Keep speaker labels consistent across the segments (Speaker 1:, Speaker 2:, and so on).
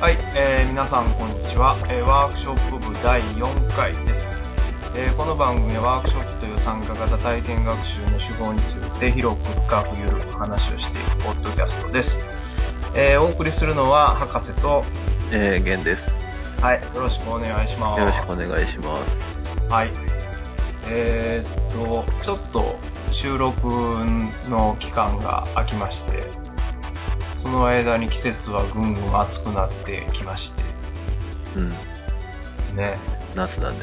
Speaker 1: はい、えー皆さんこんにちは、えーワークショップ部第4回です、えーこの番組はワークショップという参加型体験学習の手法について広く深く緩く話をしていくポッドキャストです、えーお送りするのは博士と
Speaker 2: えー、ゲンです。
Speaker 1: はいよろしくお願いします
Speaker 2: よろしくお願いします。
Speaker 1: はい。えーっと、ちょっと収録の期間が空きまして、その間に季節はぐんぐん暑くなってきまして、
Speaker 2: うん、
Speaker 1: ね、
Speaker 2: 夏だね。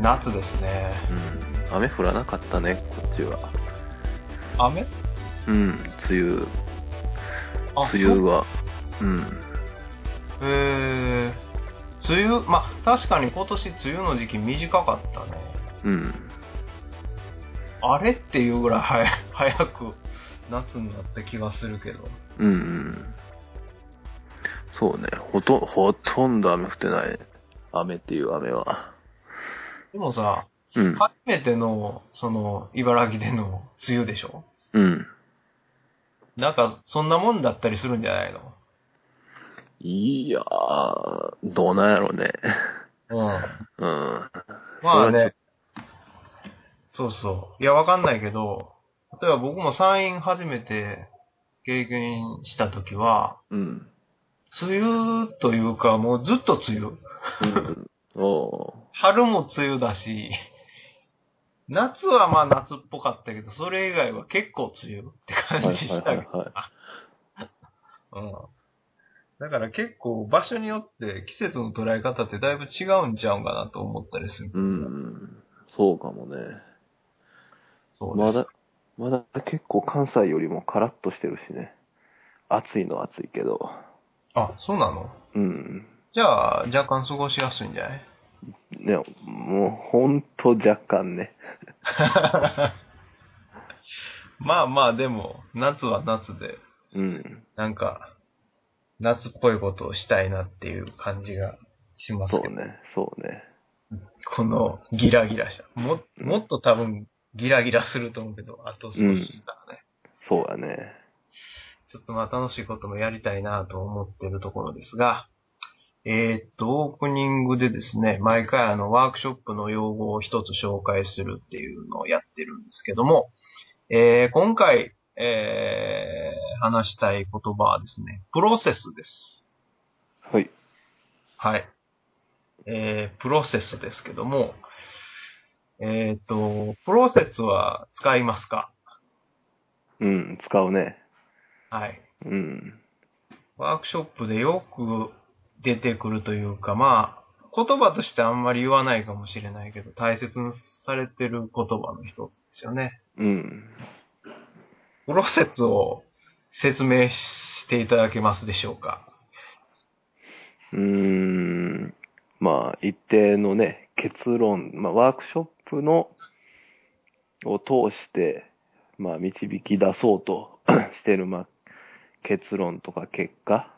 Speaker 1: 夏です
Speaker 2: う
Speaker 1: ね。
Speaker 2: ん、雨降らなかったね、こっちは。
Speaker 1: 雨
Speaker 2: うん、梅雨、
Speaker 1: あ、
Speaker 2: 梅
Speaker 1: そう
Speaker 2: 雨は。うん、
Speaker 1: えー、梅雨、まあ、確かに今年梅雨の時期短かったね。
Speaker 2: うん、
Speaker 1: あれっていうぐらい早早く夏になった気がするけど。
Speaker 2: うん、うん。そうね、ほと、ほとんど雨降ってない。雨っていう雨は。
Speaker 1: でもさ、
Speaker 2: うん、
Speaker 1: 初めての、その、茨城での梅雨でしょ
Speaker 2: うん。
Speaker 1: なんか、そんなもんだったりするんじゃない
Speaker 2: いやー、どうなんやろうね。
Speaker 1: のうん。
Speaker 2: うん、
Speaker 1: まあね。そうそう。いや、わかんないけど、例えば僕も山陰初めて経験したときは、
Speaker 2: うん、
Speaker 1: 梅雨というか、もうずっと梅雨。
Speaker 2: うん。おー
Speaker 1: 春も梅雨だし、夏はまあ夏っぽかったけど、それ以外は結構梅雨って感
Speaker 2: はい
Speaker 1: じ
Speaker 2: は
Speaker 1: し
Speaker 2: いは
Speaker 1: た
Speaker 2: い
Speaker 1: けど。
Speaker 2: はい。
Speaker 1: うん。だから結構場所によって季節の捉え方ってだいぶ違うんちゃうんかなと思ったりする。
Speaker 2: うん、そうかもね。
Speaker 1: そうです
Speaker 2: まだ、まだ結構関西よりもカラッとしてるしね。暑いのは暑いけど。
Speaker 1: あ、そうなの
Speaker 2: うん。
Speaker 1: じゃあ、若干過ごしやすいんじゃない
Speaker 2: ね、もうほんと若干ね。
Speaker 1: まあまあ、でも、夏は夏で、
Speaker 2: うん。
Speaker 1: なんか、夏っぽいことをしたいなっていう感じがします
Speaker 2: そ
Speaker 1: けど、
Speaker 2: うね、そうね。
Speaker 1: このギラギラした。も、もっと多分、ギラギラすると思うけど、あと少ししたらね、
Speaker 2: そうだね。
Speaker 1: ちょっとまあ楽しいこともやりたいなと思ってるところですが、えーっと、オープニングでですね、毎回あのワークショップの用語を一つ紹介するっていうのをやってるんですけども、えー今回、えー話したい言葉はですね、プロセスです。
Speaker 2: はい。
Speaker 1: はい。えープロセスですけども、えーっと、プロセスは使いますか
Speaker 2: うん、使うね。
Speaker 1: はい。
Speaker 2: うん。
Speaker 1: ワークショップでよく出てくるというか、まあ、言葉としてあんまり言わないかもしれないけど、大切にされてる言葉の一つですよね。
Speaker 2: うん。
Speaker 1: プロセスを説明していただけますでしょうか。
Speaker 2: うーん。まあ、一定のね、結論、まあ、ワークショップの、を通して、まあ、導き出そうと してる、まあ、結論とか結果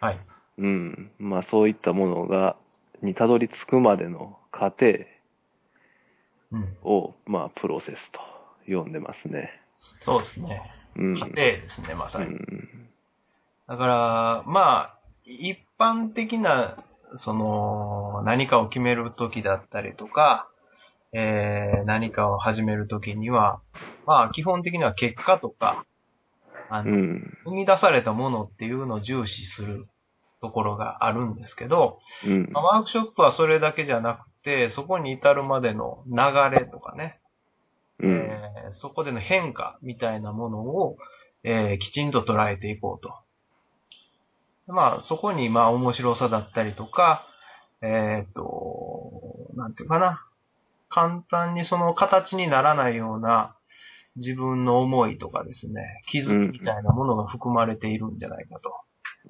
Speaker 1: はい。
Speaker 2: うん。まあそういったものが、にたどり着くまでの過程
Speaker 1: うん。
Speaker 2: を、まあプロセスと呼んでますね。
Speaker 1: そうですね。
Speaker 2: うん。
Speaker 1: 過程ですね、まさ
Speaker 2: う
Speaker 1: に。
Speaker 2: ん。
Speaker 1: だから、まあ、一般的な、その、何かを決めるときだったりとか、えー、何かを始めるときには、まあ、基本的には結果とか、あ
Speaker 2: う
Speaker 1: の、
Speaker 2: ん。
Speaker 1: 生み出されたものっていうのを重視するところがあるんですけど、
Speaker 2: うん
Speaker 1: まあ。ワークショップはそれだけじゃなくて、そこに至るまでの流れとかね、
Speaker 2: うん。
Speaker 1: えーそこでの変化みたいなものを、えーきちんと捉えていこうと。まあ、そこに、まあ、面白さだったりとか、えーっと、なんていうかな。簡単にその形にならないような自分の思いとかですね、傷みたいなものが含まれているんじゃないかと。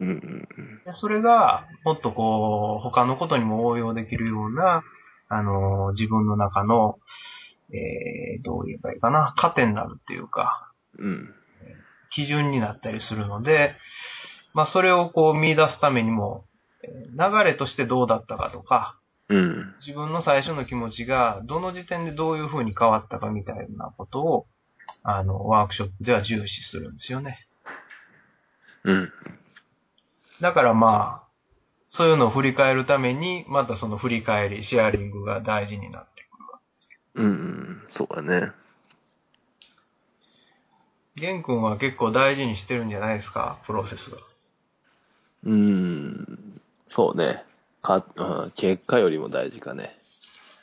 Speaker 2: うん。
Speaker 1: でそれが、もっとこう、他のことにも応用できるような、あのー、自分の中の、えー、どう言えばいいかな、糧になるっていうか、
Speaker 2: うん。
Speaker 1: 基準になったりするので、まあ、それをこう見出すためにも、えー流れとしてどうだったかとか、
Speaker 2: うん。
Speaker 1: 自分の最初の気持ちが、どの時点でどういう風に変わったかみたいなことを、あの、ワークショップでは重視するんですよね。
Speaker 2: うん。
Speaker 1: だからまあ、そういうのを振り返るために、またその振り返り、シェアリングが大事になってくるわけですけ
Speaker 2: うんうん、そうだね。
Speaker 1: ど。玄君は結構大事にしてるんじゃないですか、プロセスが。
Speaker 2: うん、そうね。か、うん、結果よりも大事かね。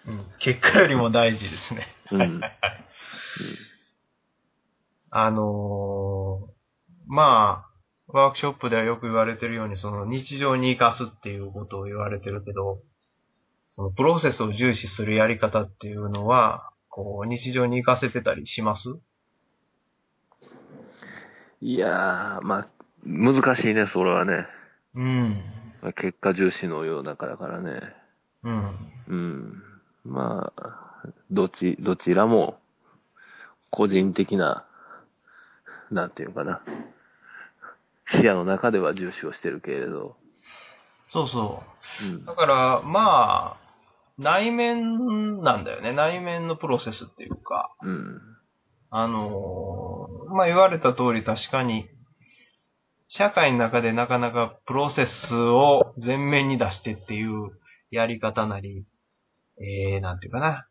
Speaker 1: うん。結果よりも大事ですね。
Speaker 2: うん
Speaker 1: はいはいはい。 あのーまあ、ワークショップではよく言われてるように、その日常に活かすっていうことを言われてるけど、そのプロセスを重視するやり方っていうのは、こう、日常に活かせてたりします
Speaker 2: いやー、まあ、難しいね、それはね。
Speaker 1: うん。
Speaker 2: まあ結果重視の世の中だからね。
Speaker 1: うん。
Speaker 2: うん。まあ、どち、どちらも、個人的な、なんていうかな。視野の中では重視をしてるけれど。
Speaker 1: そうそう。
Speaker 2: うん
Speaker 1: だ。から、まあ、内面なんだよね。内面のプロセスっていうか、
Speaker 2: うん。
Speaker 1: あのーまあ言われた通り確かに、社会の中でなかなかプロセスを前面に出してっていうやり方なり、えー、なんていうかな。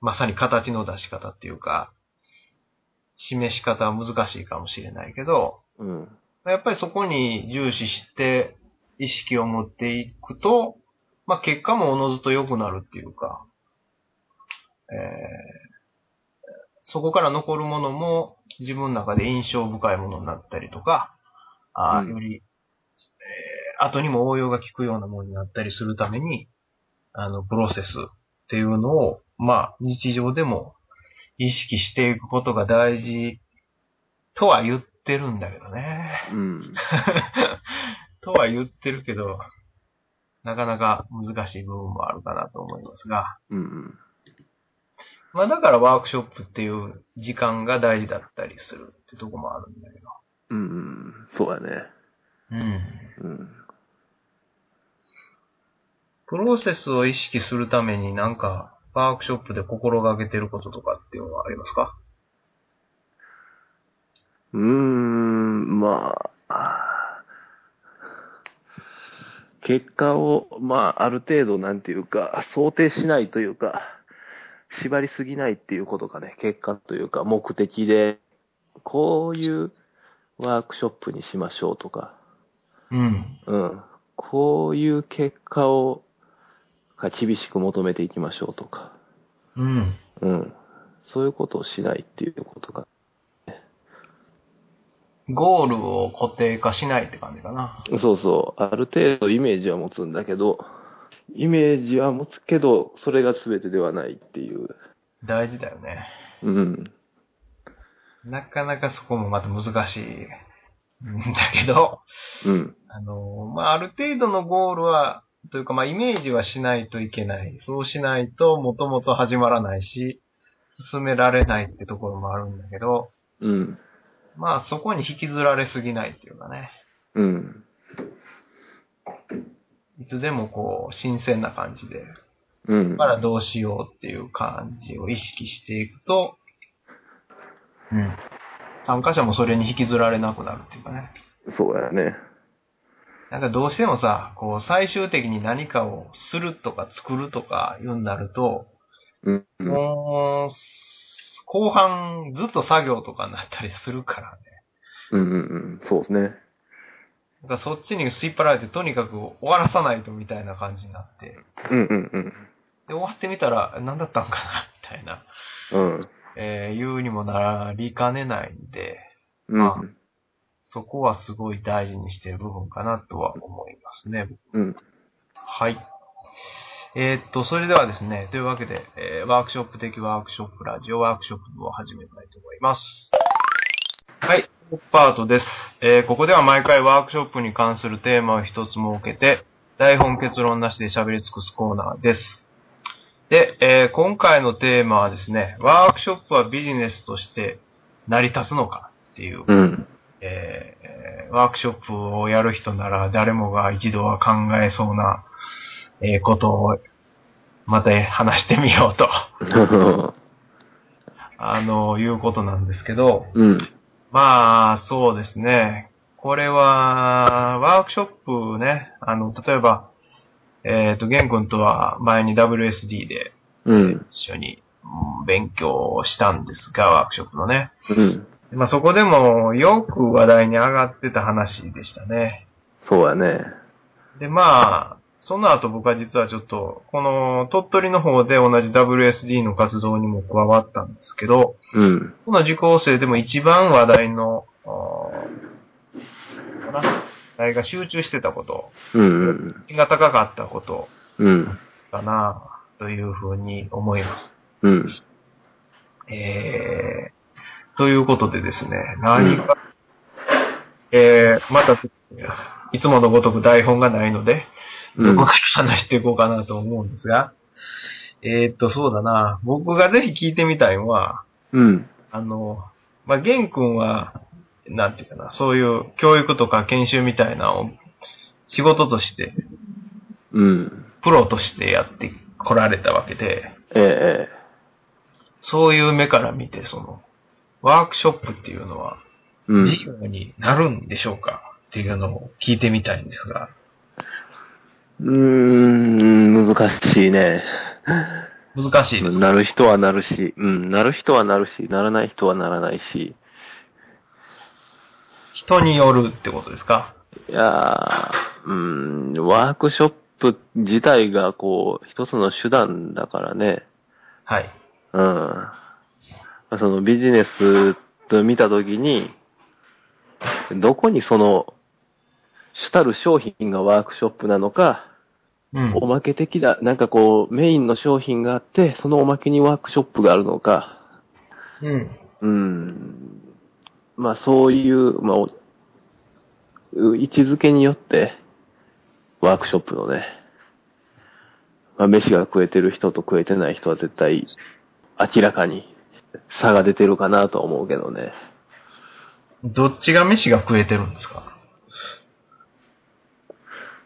Speaker 1: まさに形の出し方っていうか、示し方は難しいかもしれないけど、
Speaker 2: うん。
Speaker 1: やっぱりそこに重視して、意識を持っていくと、まあ結果もおのずと良くなるっていうか、えーそこから残るものも自分の中で印象深いものになったりとか、あー
Speaker 2: うん
Speaker 1: より、えー後にも応用が効くようなものになったりするために、あの、プロセスっていうのを、まあ日常でも意識していくことが大事とは言ってるんだけどね。
Speaker 2: うん。
Speaker 1: とは言ってるけど、なかなか難しい部分もあるかなと思いますが。
Speaker 2: うん。
Speaker 1: まあだからワークショップっていう時間が大事だったりするってとこもあるんだけど。
Speaker 2: うんうん。そうやね。
Speaker 1: うん。
Speaker 2: うん。
Speaker 1: プロセスを意識するためになんかワークショップで心がけてることとかっていうのはありますか
Speaker 2: うーん、まあ、結果を、まあ、ある程度、なんていうか、想定しないというか、縛りすぎないっていうことかね、結果というか、目的で、こういうワークショップにしましょうとか、
Speaker 1: うん。
Speaker 2: うん、こういう結果を厳しく求めていきましょうとか、
Speaker 1: うん。
Speaker 2: うん、そういうことをしないっていうことか。
Speaker 1: ゴールを固定化しないって感じかな。
Speaker 2: そうそう。ある程度イメージは持つんだけど、イメージは持つけど、それが全てではないっていう。
Speaker 1: 大事だよね。
Speaker 2: うん。
Speaker 1: なかなかそこもまた難しいんだけど。
Speaker 2: うん。
Speaker 1: あの、まあ、ある程度のゴールは、というか、まあ、イメージはしないといけない。そうしないと、もともと始まらないし、進められないってところもあるんだけど、
Speaker 2: うん。
Speaker 1: まあ、そこに引きずられすぎないっていうかね。
Speaker 2: うん。
Speaker 1: いつでもこう、新鮮な感じで、
Speaker 2: うん。
Speaker 1: からどうしようっていう感じを意識していくと、うん。参加者もそれに引きずられなくなるっていうかね。
Speaker 2: そうやね。
Speaker 1: なんかどうしてもさ、こう、最終的に何かをするとか作るとかいうになると、
Speaker 2: うん。うん
Speaker 1: もう、後半ずっと作業とかになったりするからね。
Speaker 2: うんうん。そうですね。
Speaker 1: なんかそっちに吸いっ払られてとにかく終わらさないとみたいな感じになって。
Speaker 2: うんうん
Speaker 1: で、終わってみたら何だったんかなみたいな、
Speaker 2: うん。うん。
Speaker 1: えー、言うにもなりかねないんで、
Speaker 2: うん。
Speaker 1: そこはすごい大事にしてる部分かなとは思いますね。
Speaker 2: うん。
Speaker 1: はい。えーっと、それではですね、というわけで、えーワークショップ的ワークショップラジオワークショップを始めたいと思います。はい、パートです。えーここでは毎回ワークショップに関するテーマを一つ設けて、台本結論なしで喋り尽くすコーナーです。で、えー今回のテーマはですね、ワークショップはビジネスとして成り立つのかっていう
Speaker 2: うん。
Speaker 1: えーえーワークショップをやる人なら誰もが一度は考えそうな、えーことをまた話してみようと、 あの、いうことなんですけど、
Speaker 2: うん。
Speaker 1: まあ、そうですね。これは、ワークショップね、あの、例えば、えっ、と、玄君とは前に WSD で
Speaker 2: うん。
Speaker 1: 一緒にうん勉強をしたんですが、ワークショップのね。
Speaker 2: うん。
Speaker 1: まあそこでもよく話題に上がってた話でしたね。
Speaker 2: そうやね。
Speaker 1: で、まあ、その後僕は実はちょっと、この鳥取の方で同じ WSD の活動にも加わったんですけど、
Speaker 2: うん。
Speaker 1: この受講生でも一番話題の、あーかな話題が集中してたこと、
Speaker 2: うんうん。
Speaker 1: 品が高かったこと
Speaker 2: うん。
Speaker 1: かな、というふうに思います。
Speaker 2: うん。
Speaker 1: えー、ということでですね、何か、えー、また、いつものごとく台本がないので、
Speaker 2: う
Speaker 1: ど
Speaker 2: ん
Speaker 1: こから話していこうかなと思うんですが、えーっと、そうだな、僕がぜひ聞いてみたいのは、
Speaker 2: うん。
Speaker 1: あの、まあ、玄君は、なんていうかな、そういう教育とか研修みたいなのを仕事として、
Speaker 2: うん。
Speaker 1: プロとしてやってこられたわけで、
Speaker 2: ええ。
Speaker 1: そういう目から見て、その、ワークショップっていうのは、
Speaker 2: うん。
Speaker 1: 事業になるんでしょうかっていうのを聞いてみたいんですが、
Speaker 2: うーん、難しいね。
Speaker 1: 難しいです。
Speaker 2: なる人はなるし、うん、なる人はなるし、ならない人はならないし。
Speaker 1: 人によるってことですか
Speaker 2: いやーうん、ワークショップ自体がこう、一つの手段だからね。
Speaker 1: はい。
Speaker 2: うん。そのビジネスと見たときに、どこにその、主たる商品がワークショップなのか、
Speaker 1: うん
Speaker 2: おまけ的だ、なんかこう、メインの商品があって、そのおまけにワークショップがあるのか、
Speaker 1: うん。
Speaker 2: うん。まあそういう、まあ、おう位置づけによって、ワークショップのね、まあ飯が食えてる人と食えてない人は絶対、明らかに差が出てるかなとは思うけどね。
Speaker 1: どっちが飯が食えてるんですか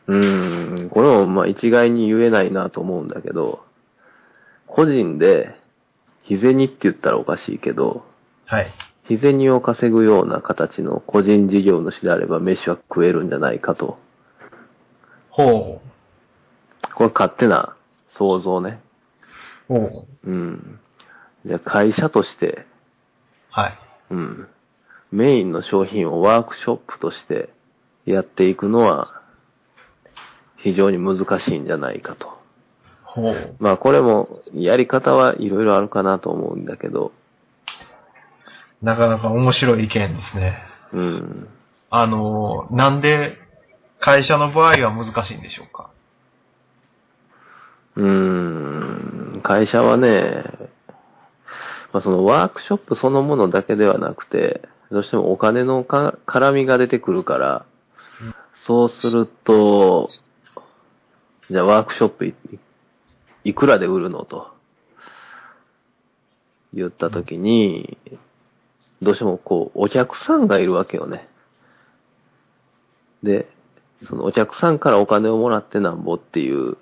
Speaker 2: うん、これもまあ一概に言えないなと思うんだけど、個人で、日銭って言ったらおかしいけど、
Speaker 1: はい。
Speaker 2: 日銭を稼ぐような形の個人事業主であれば飯は食えるんじゃないかと。
Speaker 1: ほう。
Speaker 2: これ勝手な想像ね。
Speaker 1: ほう。
Speaker 2: うん。じゃあ会社として、
Speaker 1: はい。
Speaker 2: うん。メインの商品をワークショップとしてやっていくのは非常に難しいんじゃないかと。
Speaker 1: ほう。
Speaker 2: まあこれもやり方はいろいろあるかなと思うんだけど、
Speaker 1: なかなか面白い意見ですね。
Speaker 2: うん。
Speaker 1: あの、なんで会社の場合は難しいんでしょうか
Speaker 2: うーん、会社はね、まあ、そのワークショップそのものだけではなくて、どうしてもお金のか絡みが出てくるから
Speaker 1: うん、
Speaker 2: そうすると、じゃあワークショップいいくらで売るのと言ったときに、どうしてもこう、お客さんがいるわけよね。で、そのお客さんからお金をもらってなんぼっていう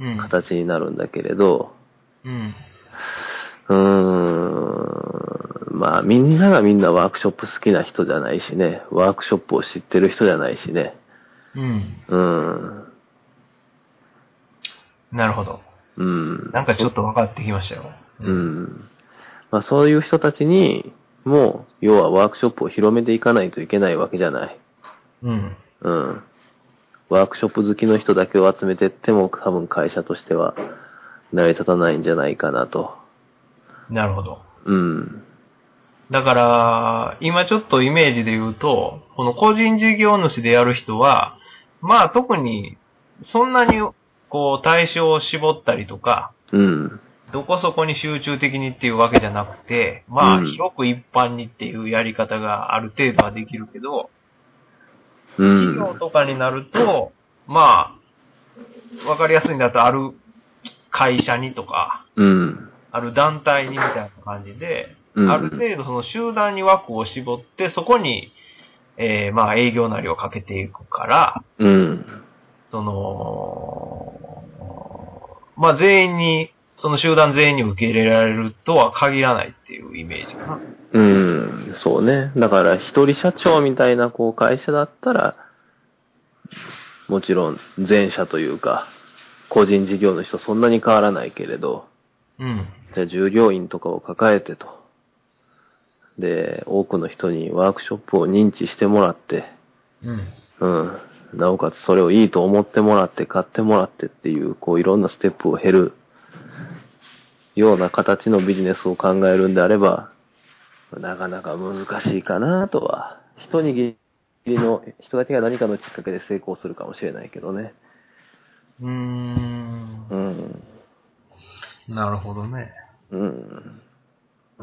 Speaker 1: うん。
Speaker 2: 形になるんだけれど、
Speaker 1: うん。
Speaker 2: うーん、まあみんながみんなワークショップ好きな人じゃないしね、ワークショップを知ってる人じゃないしね、
Speaker 1: うん。
Speaker 2: うーん、
Speaker 1: なるほど。
Speaker 2: うん、
Speaker 1: なんかちょっと分かってきましたよ。
Speaker 2: う。ん。まあそういう人たちに、もう、要はワークショップを広めていかないといけないわけじゃない。
Speaker 1: うん。
Speaker 2: うん。ワークショップ好きの人だけを集めてっても多分会社としては成り立たないんじゃないかなと。
Speaker 1: なるほど。
Speaker 2: うん。
Speaker 1: だから、今ちょっとイメージで言うと、この個人事業主でやる人は、まあ特に、そんなに、こう、対象を絞ったりとか、
Speaker 2: うん。
Speaker 1: どこそこに集中的にっていうわけじゃなくて、ま
Speaker 2: う
Speaker 1: あ
Speaker 2: ん
Speaker 1: 広く一般にっていうやり方がある程度はできるけど、
Speaker 2: う
Speaker 1: 企業
Speaker 2: ん。
Speaker 1: とかになると、まあ、わかりやすいんだと、ある会社にとか、
Speaker 2: うん。
Speaker 1: ある団体にみたいな感じで、
Speaker 2: うん
Speaker 1: ある程度その集団に枠を絞って、そこに、えーまあ営業なりをかけていくから、
Speaker 2: うん。
Speaker 1: その、まあ全員に、その集団全員に受け入れられるとは限らないっていうイメージかな。
Speaker 2: うん、そうね。だから、一人社長みたいな、こう、会社だったら、もちろん前者というか、個人事業の人そんなに変わらないけれど、
Speaker 1: うん。
Speaker 2: じゃあ従業員とかを抱えてと。で、多くの人にワークショップを認知してもらって、
Speaker 1: うん。
Speaker 2: うん。なおかつそれをいいと思ってもらって、買ってもらってっていう、こういろんなステップを経るような形のビジネスを考えるんであれば、なかなか難しいかなとは。一握りの、人だけが何かのきっかけで成功するかもしれないけどね。
Speaker 1: うーん
Speaker 2: う。ん。
Speaker 1: なるほどね。
Speaker 2: うん。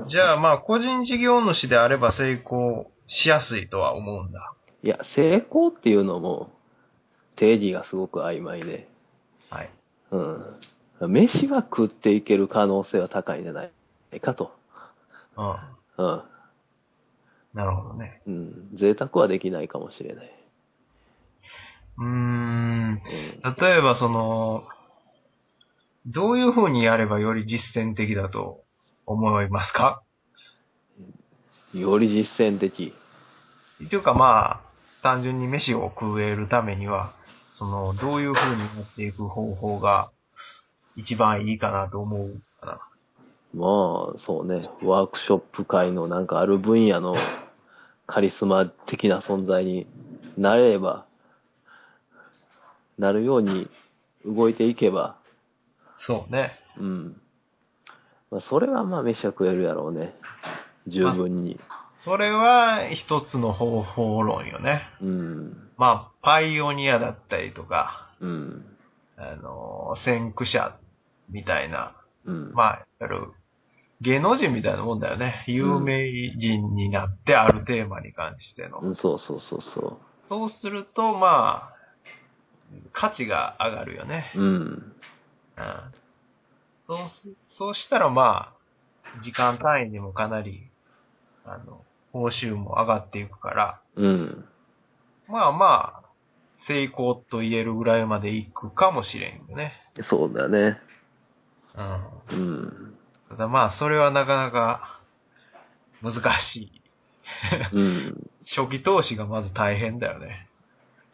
Speaker 1: じゃあまあ、個人事業主であれば成功しやすいとは思うんだ。
Speaker 2: いや、成功っていうのも、定義がすごく曖昧で、
Speaker 1: はい。
Speaker 2: うん。飯は食っていける可能性は高いんじゃないかと。
Speaker 1: うん。
Speaker 2: うん。
Speaker 1: なるほどね。
Speaker 2: うん、贅沢はできないかもしれない。
Speaker 1: うーん。
Speaker 2: うん
Speaker 1: 例えばその、どういうふうにやればより実践的だと思いますか
Speaker 2: より実践的。
Speaker 1: というかまあ、単純に飯を食えるためには、その、どういうふうにやっていく方法が一番いいかなと思うかな。
Speaker 2: まあ、そうね、ワークショップ界のなんかある分野のカリスマ的な存在になれれば、なるように動いていけば、
Speaker 1: そうね。
Speaker 2: うん。まあ、それはまあ、飯は食えるやろうね。十分に。
Speaker 1: それは一つの方法論よね。
Speaker 2: うん。
Speaker 1: まあ、パイオニアだったりとか、
Speaker 2: うん。
Speaker 1: あの、先駆者みたいな、
Speaker 2: うん。
Speaker 1: まあ、やる、芸能人みたいなもんだよね。有名人になってあるテーマに関しての。
Speaker 2: うん、そうそうそうそ
Speaker 1: そうすると、まあ、価値が上がるよね。
Speaker 2: う。うん。
Speaker 1: うん。そうす、そうしたらまあ、時間単位でもかなり、あの、報酬も上がっていくから、
Speaker 2: うん。
Speaker 1: まあまあ、成功と言えるぐらいまでいくかもしれんよね。
Speaker 2: そうだね。
Speaker 1: うん。
Speaker 2: うん。
Speaker 1: ただまあ、それはなかなか難しい。
Speaker 2: うん。
Speaker 1: 初期投資がまず大変だよね。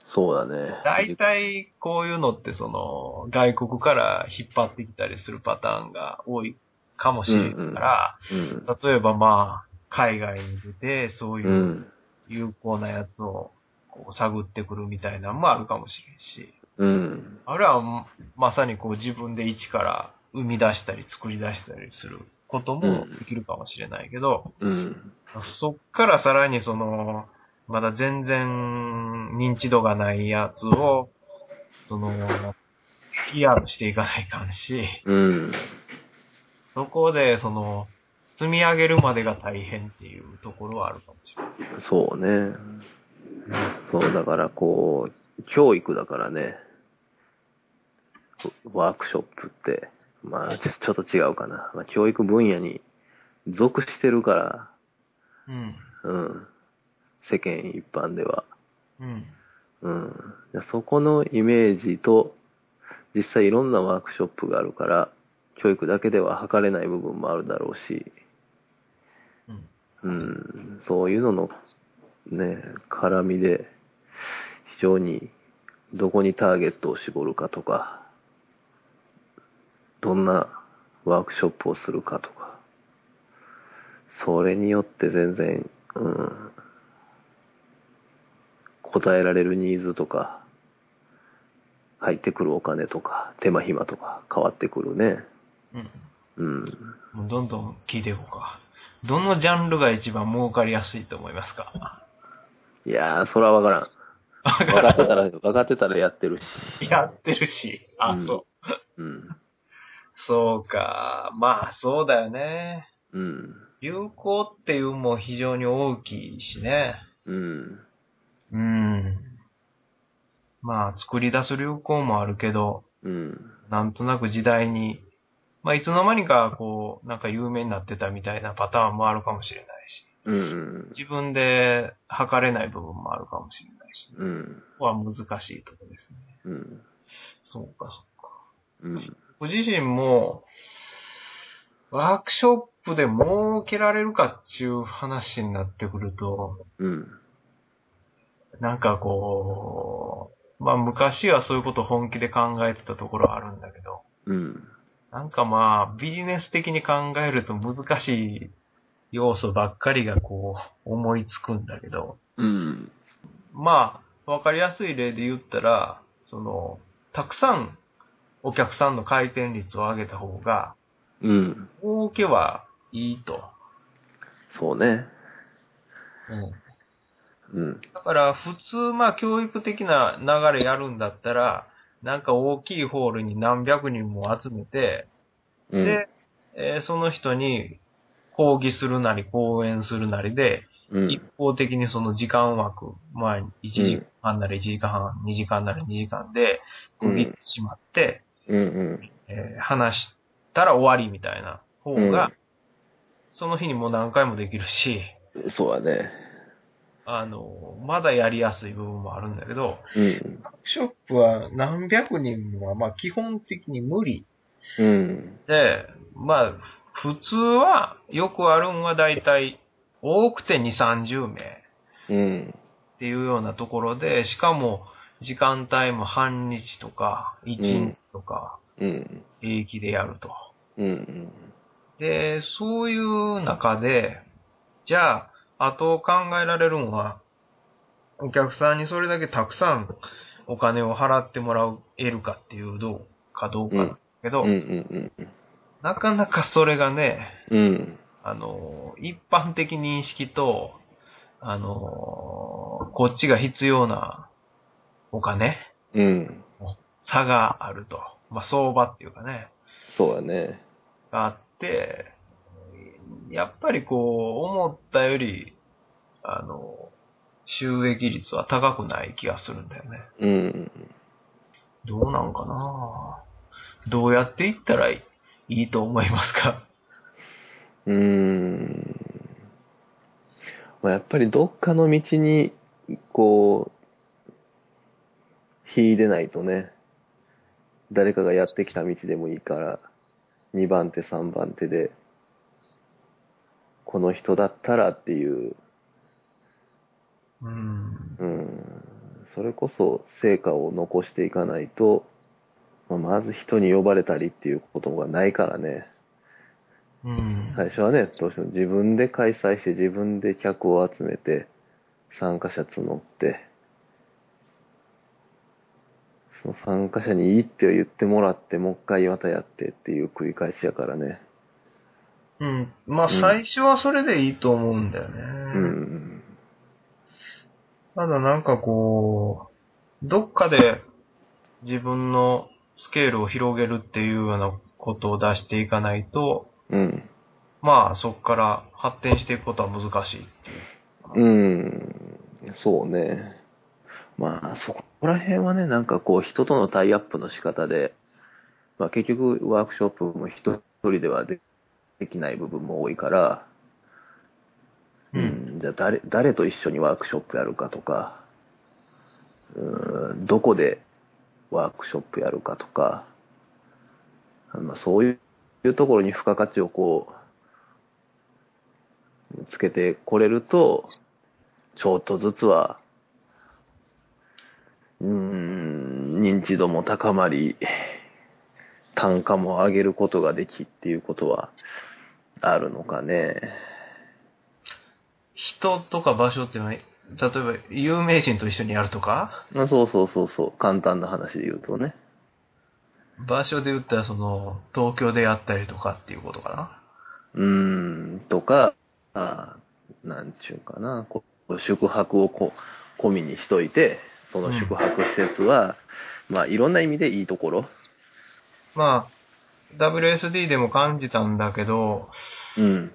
Speaker 2: そうだね。
Speaker 1: 大体こういうのってその、外国から引っ張ってきたりするパターンが多いかもしれんから、
Speaker 2: うん。
Speaker 1: 例えばまあ、海外に出て、そう
Speaker 2: う。
Speaker 1: いうん有効なやつをこう探ってくるみたいなのもあるかもしれんし。
Speaker 2: うん。
Speaker 1: あるいは、まさにこう自分で一から生み出したり作り出したりすることもできるかもしれないけど、
Speaker 2: うん。
Speaker 1: そっからさらにその、まだ全然認知度がないやつを、その、PR していかないかんし、
Speaker 2: うん。
Speaker 1: そこでその、積み上げるまでが大変っていうところはあるかもしれない。
Speaker 2: そうね。そう、だからこう、教育だからね。ワークショップって、まあ、ちょちょっと違うかな。まあ、教育分野に属してるから、
Speaker 1: うん。
Speaker 2: うん。世間一般では。
Speaker 1: うん。
Speaker 2: うん。そこのイメージと、実際いろんなワークショップがあるから、教育だけでは測れない部分もあるだろうし、
Speaker 1: うん。
Speaker 2: うん、そういうのの、ね、絡みで、非常に、どこにターゲットを絞るかとか、どんなワークショップをするかとか、それによって全然、うん、答えられるニーズとか、入ってくるお金とか、手間暇とか変わってくるね。
Speaker 1: うん。
Speaker 2: うん。
Speaker 1: もうどんどん聞いていこうか。どのジャンルが一番儲かりやすいと思いますか
Speaker 2: いやー、それはわからん。分かってたら、分かってたらやってる し。
Speaker 1: やってるし。あ、
Speaker 2: うん
Speaker 1: そう。
Speaker 2: うん。
Speaker 1: そうか。まあ、そうだよね。
Speaker 2: うん。
Speaker 1: 流行っていうも非常に大きいしね。
Speaker 2: うん。
Speaker 1: うん。まあ、作り出す流行もあるけど、
Speaker 2: うん。
Speaker 1: なんとなく時代に、まあ、いつの間にか、こう、なんか有名になってたみたいなパターンもあるかもしれないし、
Speaker 2: うん。
Speaker 1: 自分で測れない部分もあるかもしれないし、
Speaker 2: うん。
Speaker 1: ここは難しいとこですね。
Speaker 2: うん。
Speaker 1: そうか、そうか。
Speaker 2: うん。
Speaker 1: ご自身も、ワークショップで儲けられるかっていう話になってくると、
Speaker 2: うん。
Speaker 1: なんかこまあ昔はそういうことを本気で考えてたところはあるんだけど、
Speaker 2: うん。
Speaker 1: なんかまあビジネス的に考えると難しい要素ばっかりがこう思いつくんだけど、
Speaker 2: うん。
Speaker 1: まあわかりやすい例で言ったら、その、たくさんお客さんの回転率を上げた方が、
Speaker 2: うん。
Speaker 1: 儲けはいいと。
Speaker 2: そうね。うん。
Speaker 1: だから普通、まあ教育的な流れやるんだったら、なんか大きいホールに何百人も集めて、
Speaker 2: うん、
Speaker 1: で、えーその人に講義するなり講演するなりで、
Speaker 2: うん、
Speaker 1: 一方的にその時間枠、まあ1時間なり1時間半、2時間なり2時間で区切ってしまって、
Speaker 2: うんうん。
Speaker 1: えー話したら終わりみたいな方
Speaker 2: う
Speaker 1: が
Speaker 2: ん、
Speaker 1: その日にもう何回もできるし、
Speaker 2: そうだね。
Speaker 1: あの、まだやりやすい部分もあるんだけど、
Speaker 2: うん。
Speaker 1: ショップは何百人はまあ基本的に無理
Speaker 2: うん。
Speaker 1: で、まあ、普通は、よくあるんは大体、多くて2、30名っ
Speaker 2: うん。
Speaker 1: ていうようなところで、しかも、時間帯も半日とか、1日とか、
Speaker 2: うん。
Speaker 1: 平気でやると。
Speaker 2: うん。
Speaker 1: で、そういう中で、じゃあ、あと考えられるのは、お客さんにそれだけたくさんお金を払ってもらう、得るかっていうどうかどうかなんだけど、
Speaker 2: うん。うん。
Speaker 1: なかなかそれがね、
Speaker 2: うん。
Speaker 1: あの、一般的認識と、あの、こっちが必要なお金、
Speaker 2: うん。
Speaker 1: 差があると。まあ、相場っていうかね、
Speaker 2: そうだね。
Speaker 1: があって、やっぱりこう、思ったより、あの、収益率は高くない気がするんだよね。
Speaker 2: うん。
Speaker 1: どうなんかなどうやっていったらいいいいと思いますか
Speaker 2: うーん。まあ、やっぱりどっかの道に、こう、引いでないとね、誰かがやってきた道でもいいから、2番手、3番手で、この人だったらっていう、
Speaker 1: うん。
Speaker 2: うん、それこそ成果を残していかないと、まあ、まず人に呼ばれたりっていうことがないからね。
Speaker 1: うん。
Speaker 2: 最初はね、どうしても自分で開催して、自分で客を集めて、参加者募って、その参加者にいいって言ってもらって、もう一回またやってっていう繰り返しやからね。
Speaker 1: うん。まあ、
Speaker 2: うん
Speaker 1: 最初はそれでいいと思うんだよね。
Speaker 2: うん。
Speaker 1: ただなんかこう、どっかで自分のスケールを広げるっていうようなことを出していかないと、
Speaker 2: うん。
Speaker 1: まあそこから発展していくことは難しいっていう。
Speaker 2: うん。そうね。まあ、そこら辺はね、なんかこう、人とのタイアップの仕方で、まあ結局ワークショップも一人ではでできない部分も多いから、うん、じゃあ誰誰と一緒にワークショップやるかとか、うん、どこでワークショップやるかとか、あまあ、そういういうところに付加価値をこう、つけてこれると、ちょっとずつは、うん、認知度も高まり、単価も上げることができっていうことはあるのかね。
Speaker 1: 人とか場所っていうのは、例えば有名人と一緒にやるとか、
Speaker 2: まあそうそうそうそう。簡単な話で言うとね。
Speaker 1: 場所で言ったらその東京でやったりとかっていうことかな。
Speaker 2: うーん、とか、あーなんちゅうかな、こう宿泊をこ込みにしといて、その宿泊施設は、まあいろんな意味でいいところ。
Speaker 1: まあ、WSD でも感じたんだけど、
Speaker 2: うん。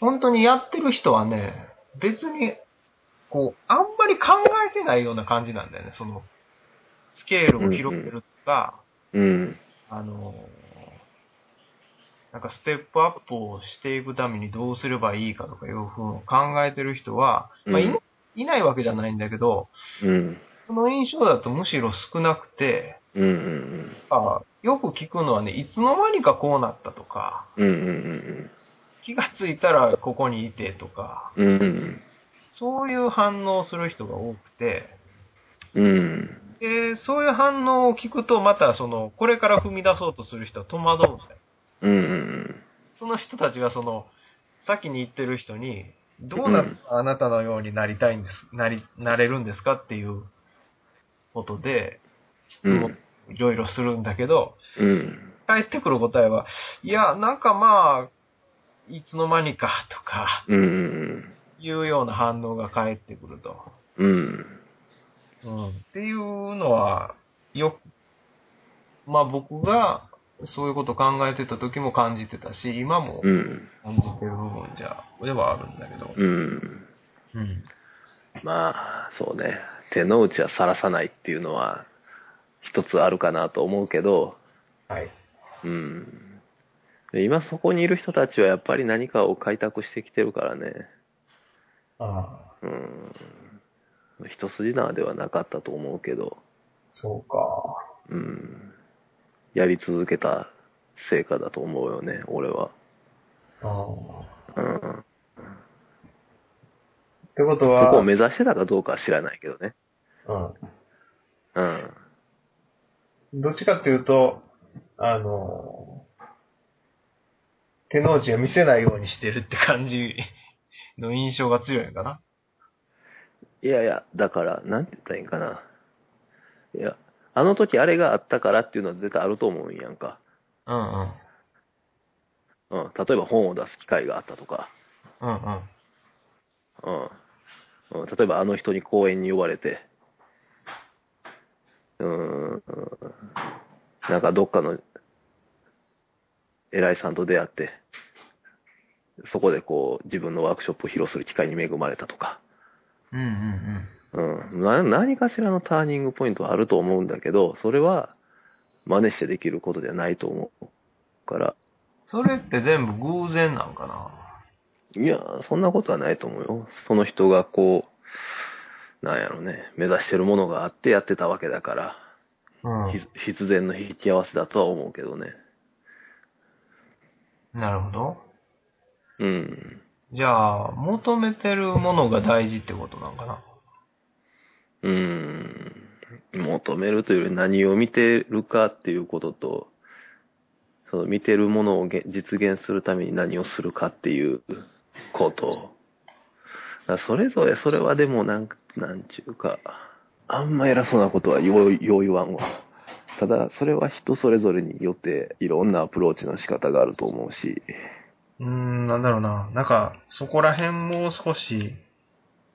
Speaker 1: 本当にやってる人はね、別に、こう、あんまり考えてないような感じなんだよね。その、スケールを広げるとか、
Speaker 2: うん。
Speaker 1: あのー、なんかステップアップをしていくためにどうすればいいかとかいうふうを考えてる人は、まあ、いないうないわけじゃないんだけど、
Speaker 2: うん。
Speaker 1: その印象だとむしろ少なくて、
Speaker 2: うんうん
Speaker 1: あよく聞くのはね、いつの間にかこうなったとか、
Speaker 2: うん。うんうん
Speaker 1: 気がついたらここにいてとか、
Speaker 2: うんうん。
Speaker 1: そういう反応をする人が多くて、
Speaker 2: うん。うん。
Speaker 1: で、そういう反応を聞くと、また、その、これから踏み出そうとする人は戸惑うんだよ。
Speaker 2: うんうん
Speaker 1: その人たちが、その、先に言ってる人に、どうなったらあなたのようになりたいんです、なり、なれるんですかっていうことで、質
Speaker 2: うん。う
Speaker 1: 問
Speaker 2: ん。
Speaker 1: いろいろするんだけど、
Speaker 2: うん。
Speaker 1: 返ってくる答えは、いや、なんかまあ、いつの間にかとか、
Speaker 2: うんうん
Speaker 1: いうような反応が返ってくると。
Speaker 2: うん。うん。
Speaker 1: うん。っていうのは、よ、まあ僕がそういうこと考えてた時も感じてたし、今も
Speaker 2: うん。
Speaker 1: 感じてる部分じゃ、ではあるんだけど。
Speaker 2: うん。
Speaker 1: うん。
Speaker 2: まあ、そうね。手の内はさらさないっていうのは、一つあるかなと思うけど、
Speaker 1: はい。
Speaker 2: うん。で今そこにいる人たちはやっぱり何かを開拓してきてるからね。
Speaker 1: ああ、
Speaker 2: うん。一筋縄ではなかったと思うけど、
Speaker 1: そうか。
Speaker 2: うん。やり続けた成果だと思うよね、俺は。
Speaker 1: あ
Speaker 2: うん。
Speaker 1: ってこと
Speaker 2: そ
Speaker 1: は、
Speaker 2: こを目指してたかどうかは知らないけどね。
Speaker 1: う
Speaker 2: うん。
Speaker 1: ん。どっちかっていうと、あの、手の内を見せないようにしてるって感じの印象が強いのかな。
Speaker 2: いやいや、だから、なんて言ったらいいんかな。いや、あの時あれがあったからっていうのは絶対あると思うんやんか。
Speaker 1: うんうん。
Speaker 2: うん。例えば本を出す機会があったとか。
Speaker 1: うんうん。
Speaker 2: うん。うん、例えばあの人に公園に呼ばれて。うーん。うんなんかどっかの偉いさんと出会って、そこでこう自分のワークショップを披露する機会に恵まれたとか。
Speaker 1: うんうんうん。
Speaker 2: うん、な何かしらのターニングポイントはあると思うんだけど、それは真似してできることじゃないと思うから、
Speaker 1: それって全部偶然なんかない
Speaker 2: や、そんなことはないと思うよ。その人がこう、なんやろね、目指してるものがあってやってたわけだから、
Speaker 1: う
Speaker 2: ひ必然の引き合わせだとは思うけどね。
Speaker 1: なるほど。
Speaker 2: うん。
Speaker 1: じゃあ、求めてるものが大事ってことなんかな。
Speaker 2: うん。求めるというより何を見てるかっていうことと、その見てるものをげ実現するために何をするかっていうこと。だからそれぞれ、それはでもなん、なんちゅうか、あんま偉そうなことはようよう言わんわ。ただ、それは人それぞれによって、いろんなアプローチの仕方があると思うし、
Speaker 1: うーん、なんだろうな。なんか、そこら辺もう少し、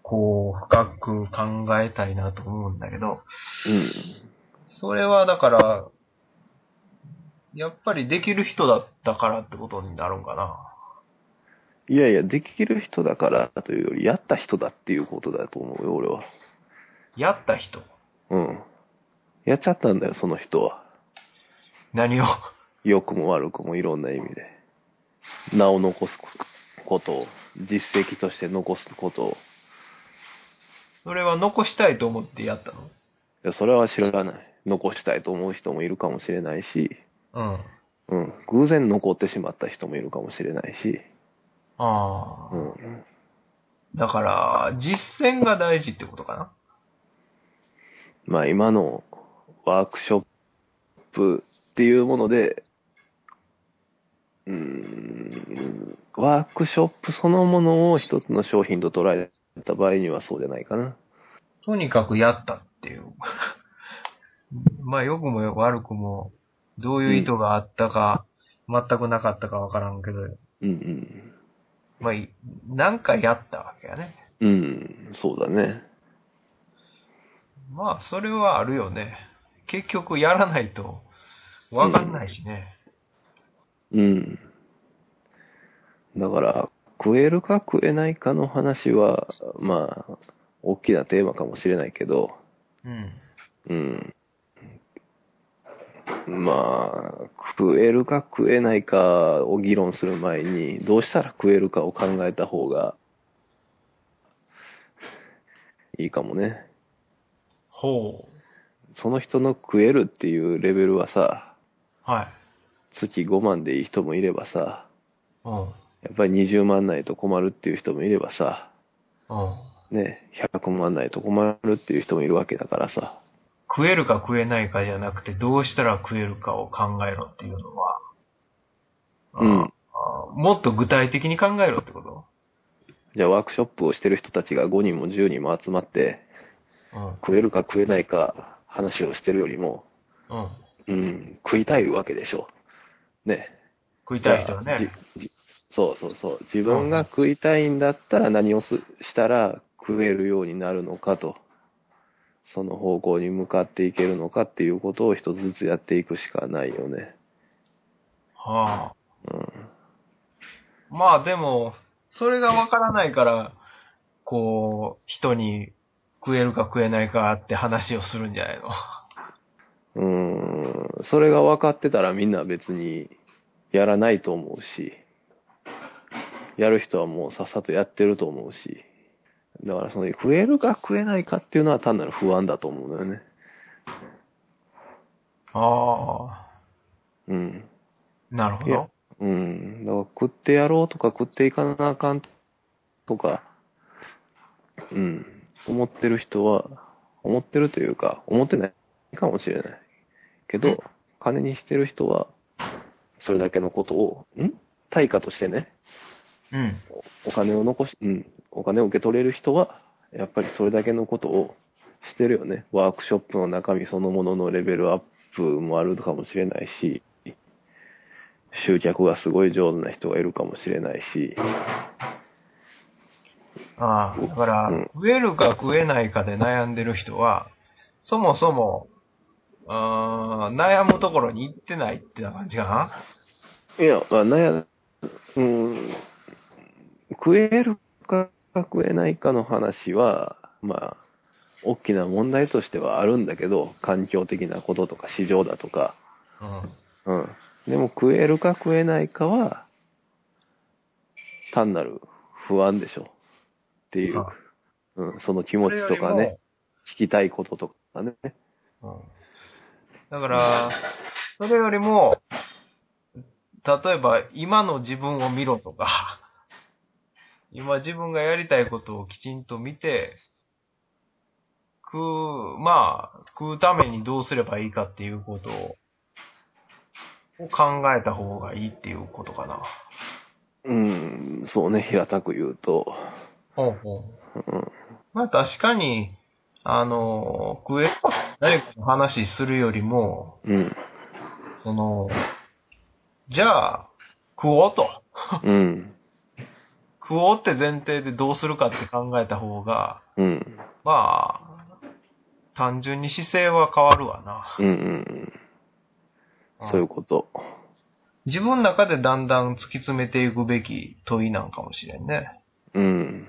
Speaker 1: こう、深く考えたいなと思うんだけど、それはだから、やっぱりできる人だったからってことになるんかな。
Speaker 2: うん。いやいや、できる人だからというより、やった人だっていうことだと思うよ、俺は。
Speaker 1: やった人。
Speaker 2: うん。やっちゃったんだよ、その人は。
Speaker 1: 何を。
Speaker 2: 良くも悪くもいろんな意味で。名を残すことを、実績として残すことを。
Speaker 1: それは残したいと思ってやったの
Speaker 2: いやそれは知らない。残したいと思う人もいるかもしれないし、
Speaker 1: うん。
Speaker 2: うん。偶然残ってしまった人もいるかもしれないし、
Speaker 1: ああ。
Speaker 2: うん。
Speaker 1: だから、実践が大事ってことかな。
Speaker 2: まあ今のワークショップっていうもので、うーん、ワークショップそのものを一つの商品と捉えた場合にはそうじゃないかな。
Speaker 1: とにかくやったっていう。 まあ、良くも悪くも、どういう意図があったか、全くなかったかわからんけど、
Speaker 2: うんうん。
Speaker 1: まあ、いなんかやったわけやね。
Speaker 2: うん、そうだね。
Speaker 1: まあ、それはあるよね。結局、やらないと、わかんないしね。
Speaker 2: うん。だから、食えるか食えないかの話は、まあ、大きなテーマかもしれないけど、
Speaker 1: うん。
Speaker 2: うん。まあ、食えるか食えないかを議論する前に、どうしたら食えるかを考えた方がいいかもね。
Speaker 1: ほ
Speaker 2: その人の食えるっていうレベルはさ、
Speaker 1: う。はい。
Speaker 2: 月5万でいい人もいればさ、
Speaker 1: うん。
Speaker 2: やっぱり20万ないと困るっていう人もいればさ、
Speaker 1: うん。
Speaker 2: ね、100万ないと困るっていう人もいるわけだからさ、
Speaker 1: 食えるか食えないかじゃなくて、どうしたら食えるかを考えろっていうのは、あ
Speaker 2: うん。
Speaker 1: あもっと具体的に考えろってこと
Speaker 2: じゃあワークショップをしてる人たちが5人も10人も集まって、
Speaker 1: うん。
Speaker 2: 食えるか食えないか話をしてるよりも、
Speaker 1: うん。
Speaker 2: うん、食いたいわけでしょう。ね。
Speaker 1: 食いたい人はね。
Speaker 2: じじそうそうそう。自分が食いたいんだったら何をすしたら食えるようになるのかと。その方向に向かっていけるのかっていうことを一つずつやっていくしかないよね。
Speaker 1: はあ。
Speaker 2: うん。
Speaker 1: まあでも、それがわからないから、こう、人に食えるか食えないかって話をするんじゃないの
Speaker 2: うーん、それが分かってたらみんな別にやらないと思うし、やる人はもうさっさとやってると思うし、だからその食えるか食えないかっていうのは単なる不安だと思うんだよね。
Speaker 1: あ
Speaker 2: うん。
Speaker 1: あ。なるほ
Speaker 2: いや
Speaker 1: ど。
Speaker 2: うん。だから食ってやろうとか食っていかなあかんとか、うん。思ってる人は、思ってるというか、思ってないかもしれない。け
Speaker 1: うん
Speaker 2: ど、金にしてる人は、それだけのことを、ん対価としてね、
Speaker 1: うん。
Speaker 2: おお金を残し、うん、お金を受け取れる人は、やっぱりそれだけのことをしてるよね。ワークショップの中身そのもののレベルアップもあるかもしれないし、集客がすごい上手な人がいるかもしれないし、
Speaker 1: ああ、だから、
Speaker 2: うん
Speaker 1: 食えるか食えないかで悩んでる人は、そもそも、うーん、悩むところに行ってないってな感じかない
Speaker 2: や、まあ、なんや、うん、食えるか食えないかの話は、まあ、大きな問題としてはあるんだけど、環境的なこととか市場だとか、
Speaker 1: うん。
Speaker 2: うん。でも食えるか食えないかは、単なる不安でしょ。っていう
Speaker 1: あ、
Speaker 2: うん、その気持ちとかね、聞きたいこととかね。
Speaker 1: それよりも。うんだから、それよりも、例えば、今の自分を見ろとか、今自分がやりたいことをきちんと見て、食う、まあ、食うためにどうすればいいかっていうことを、を考えた方がいいっていうことかな。
Speaker 2: うん、そうね、平たく言うと。
Speaker 1: ほうほう。
Speaker 2: うん、
Speaker 1: まあ確かに、あの、食え、誰かの話するよりも、
Speaker 2: うん、
Speaker 1: その、じゃあ、食おうと。
Speaker 2: うん、
Speaker 1: 食おうって前提でどうするかって考えた方が、
Speaker 2: うん。
Speaker 1: まあ、単純に姿勢は変わるわな。
Speaker 2: うんうんうん。そういうこと。
Speaker 1: 自分の中でだんだん突き詰めていくべき問いなんかもしれんね。
Speaker 2: うん。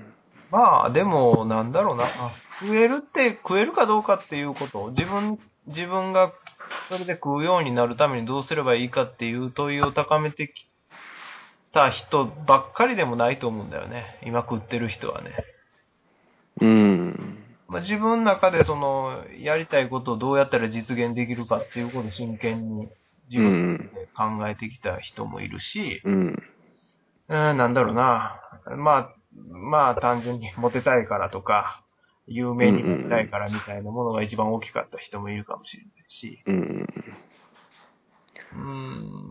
Speaker 1: まあ、でも、なんだろうな。あ食えるって、食えるかどうかっていうこと。自分、自分がそれで食うようになるためにどうすればいいかっていう問いを高めてきた人ばっかりでもないと思うんだよね。今食ってる人はね。
Speaker 2: うん。
Speaker 1: まあ、自分の中でその、やりたいことをどうやったら実現できるかっていうことを真剣に自
Speaker 2: う
Speaker 1: 分
Speaker 2: ん。
Speaker 1: で考えてきた人もいるし、
Speaker 2: う
Speaker 1: う
Speaker 2: ん。
Speaker 1: ん、なんだろうな。まあ、まあ単純にモテたいからとか、有名になりたいからみたいなものが一番大きかった人もいるかもしれないし、
Speaker 2: うん。
Speaker 1: うん、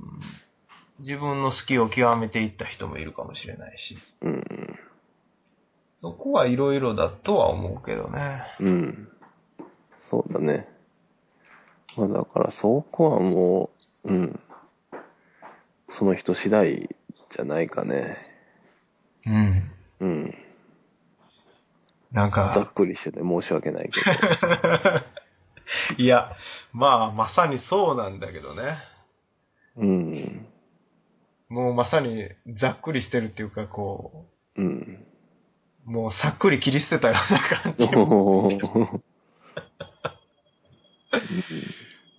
Speaker 1: 自分の好きを極めていった人もいるかもしれないし、
Speaker 2: うん。
Speaker 1: そこはいろいろだとは思うけどね。
Speaker 2: うん。そうだね。まあだからそこはもう、うん。その人次第じゃないかね。
Speaker 1: うん。
Speaker 2: うん。
Speaker 1: なんか、
Speaker 2: ざっくりしてて申し訳ないけど。
Speaker 1: いや、まあ、まさにそうなんだけどね。
Speaker 2: うん。
Speaker 1: もうまさにざっくりしてるっていうか、こ
Speaker 2: うん。
Speaker 1: う、もうさっくり切り捨てたような感じ。
Speaker 2: おー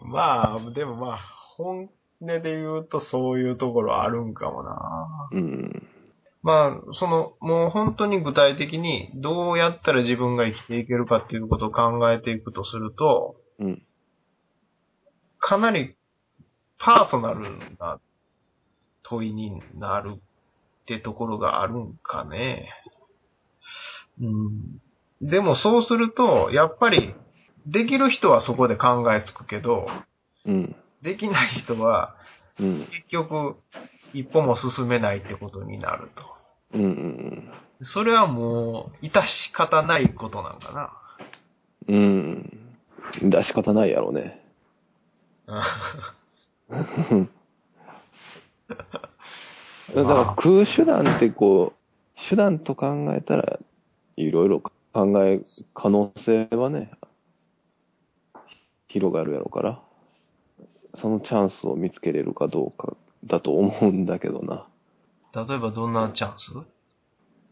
Speaker 1: まあ、でもまあ、本音で言うとそういうところあるんかもな。
Speaker 2: うん。
Speaker 1: まあ、その、もう本当に具体的にどうやったら自分が生きていけるかっていうことを考えていくとすると、
Speaker 2: うん。
Speaker 1: かなりパーソナルな問いになるってところがあるんかね。うん、でもそうすると、やっぱりできる人はそこで考えつくけど、
Speaker 2: うん。
Speaker 1: できない人は
Speaker 2: うん。
Speaker 1: 結局一歩も進めないってことになると。
Speaker 2: うんうん
Speaker 1: それはもう、致し方ないことなんかな。
Speaker 2: うん。うん。出し方ないやろうね。だから空手段ってこう、手段と考えたら、いろいろ考え、可能性はね、広がるやろから、そのチャンスを見つけれるかどうかだと思うんだけどな。
Speaker 1: 例えばどんなチャンス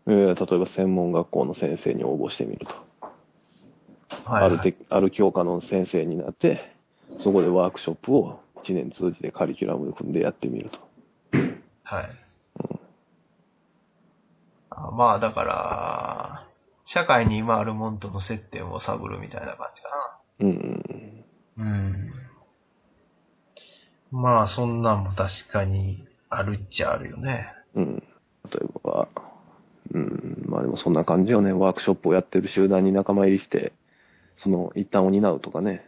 Speaker 2: えー例えば専門学校の先生に応募してみると。
Speaker 1: はい、
Speaker 2: あるてある教科の先生になって、そこでワークショップを1年通じてカリキュラム組んでやってみると。
Speaker 1: はい。あまあ、だから、社会に今あるもんとの接点を探るみたいな感じか
Speaker 2: うんうん
Speaker 1: な。うん。まあ、そんなんも確かにあるっちゃあるよね。
Speaker 2: うん。うん。例えば、うん、まあでもそんな感じよね。ワークショップをやってる集団に仲間入りして、その一端を担うとかね。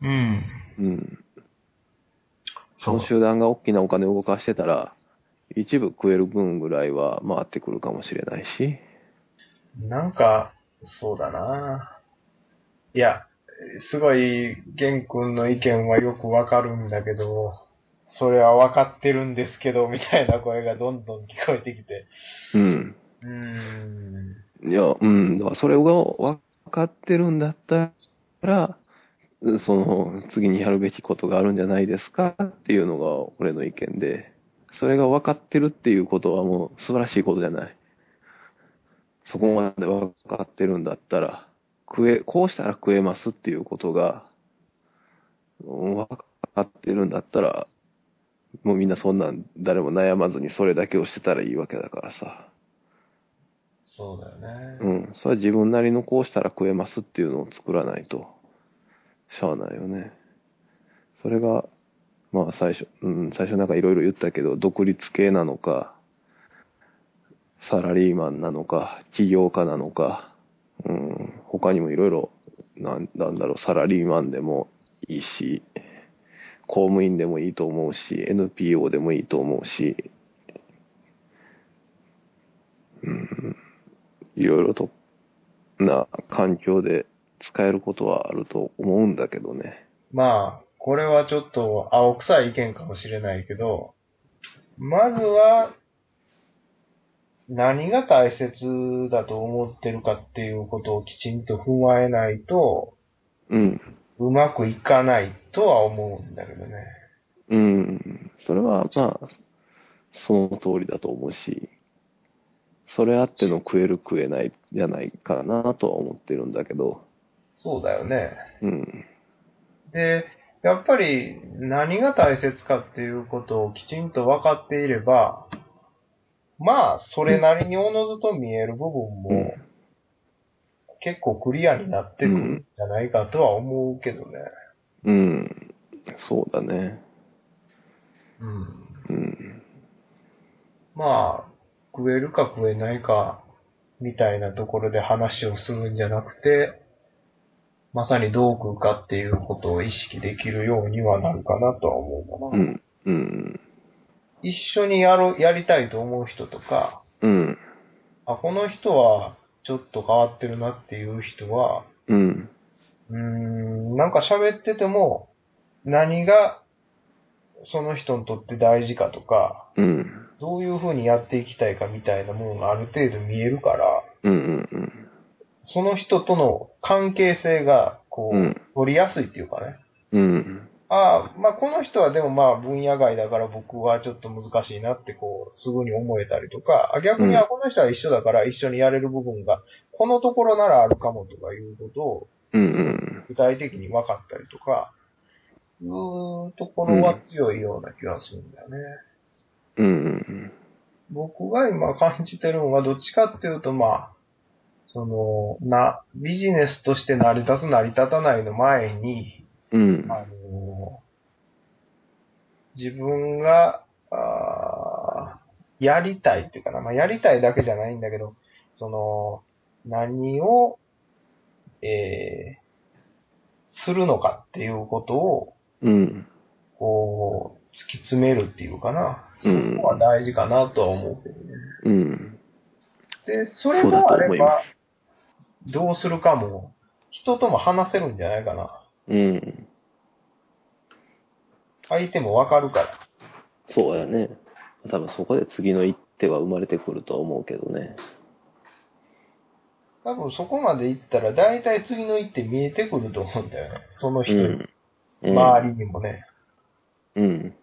Speaker 1: うん。
Speaker 2: うん。そ
Speaker 1: そう
Speaker 2: の。集団が大きなお金を動かしてたら、一部食える分ぐらいは回ってくるかもしれないし。
Speaker 1: なんか、そうだな。いや、すごい、玄君の意見はよくわかるんだけど、それはわかってるんですけど、みたいな声がどんどん聞こえてきて。
Speaker 2: うん。
Speaker 1: うーん。
Speaker 2: いや、うん、だからそれを分かってるんだったら、その、次にやるべきことがあるんじゃないですかっていうのが俺の意見で、それが分かってるっていうことはもう素晴らしいことじゃない。そこまで分かってるんだったら、食え、こうしたら食えますっていうことが、うん分かってるんだったら、もうみんなそんなん誰も悩まずにそれだけをしてたらいいわけだからさ。
Speaker 1: そうだよね。
Speaker 2: うん、それは自分なりのこうしたら食えますっていうのを作らないと、しゃあないよね。それが、まあ最初、うん、最初なんかいろいろ言ったけど、独立系なのか、サラリーマンなのか、起業家なのか、うん、他にもいろいろ、なんなんだろう、サラリーマンでもいいし、公務員でもいいと思うし、NPO でもいいと思うし、うん、いろいろとな環境で使えることはあると思うんだけどね。
Speaker 1: まあ、これはちょっと青臭い意見かもしれないけど、まずは、何が大切だと思ってるかっていうことをきちんと踏まえないと、
Speaker 2: うん。
Speaker 1: うまくいかないとは思うんだけどね。
Speaker 2: うん。それはまあ、その通りだと思うし、それあっての食える食えないじゃないかなとは思ってるんだけど、
Speaker 1: そうだよね。
Speaker 2: うん。
Speaker 1: で、やっぱり何が大切かっていうことをきちんと分かっていれば、まあ、それなりにおのずと見える部分
Speaker 2: う
Speaker 1: も
Speaker 2: ん、
Speaker 1: 結構クリアになってくるんじゃないかとは思うけどね。
Speaker 2: うん。そうだね。
Speaker 1: うん。
Speaker 2: うん。
Speaker 1: まあ、食えるか食えないか、みたいなところで話をするんじゃなくて、まさにどう食うかっていうことを意識できるようにはなるかなとは思う
Speaker 2: う
Speaker 1: かな。
Speaker 2: ん。うん。
Speaker 1: 一緒にやろう、やりたいと思う人とか、
Speaker 2: うん。
Speaker 1: あ、この人はちょっと変わってるなっていう人は、
Speaker 2: うん。
Speaker 1: うーん、なんか喋ってても、何がその人にとって大事かとか、
Speaker 2: うん。
Speaker 1: どういう風にやっていきたいかみたいなものがある程度見えるから、
Speaker 2: うん。うん。
Speaker 1: その人との関係性が、こう、
Speaker 2: うん
Speaker 1: 取りやすいっていうかね。
Speaker 2: うん。
Speaker 1: ああ、まあこの人はでもまあ分野外だから僕はちょっと難しいなってこう、すぐに思えたりとか、あ逆
Speaker 2: う
Speaker 1: に
Speaker 2: ん
Speaker 1: あこの人は一緒だから一緒にやれる部分が、このところならあるかもとかいうことを
Speaker 2: うん。うん。
Speaker 1: 具体的に分かったりとか、いうところは強いような気がするんだよね。
Speaker 2: うん。
Speaker 1: 僕が今感じてるのはどっちかっていうとまあ、その、な、ビジネスとして成り立つ成り立たないの前に、
Speaker 2: うん。
Speaker 1: あの、自分が、あーやりたいっていうかな、まあ、やりたいだけじゃないんだけど、その、何を、えーするのかっていうことを、
Speaker 2: うん。
Speaker 1: こう、突き詰めるっていうかな。
Speaker 2: う
Speaker 1: そ
Speaker 2: ん
Speaker 1: こは大事かなとは思うけどね。
Speaker 2: うん。
Speaker 1: で、それがあれば、どうするかも、人とも話せるんじゃないかな。
Speaker 2: うん。
Speaker 1: 相手もわかるから。
Speaker 2: そうやね。多分そこで次の一手は生まれてくるとは思うけどね。
Speaker 1: 多分そこまで行ったら、大体次の一手見えてくると思うんだよね。その人に、
Speaker 2: うん。
Speaker 1: 周りにもね。
Speaker 2: うん。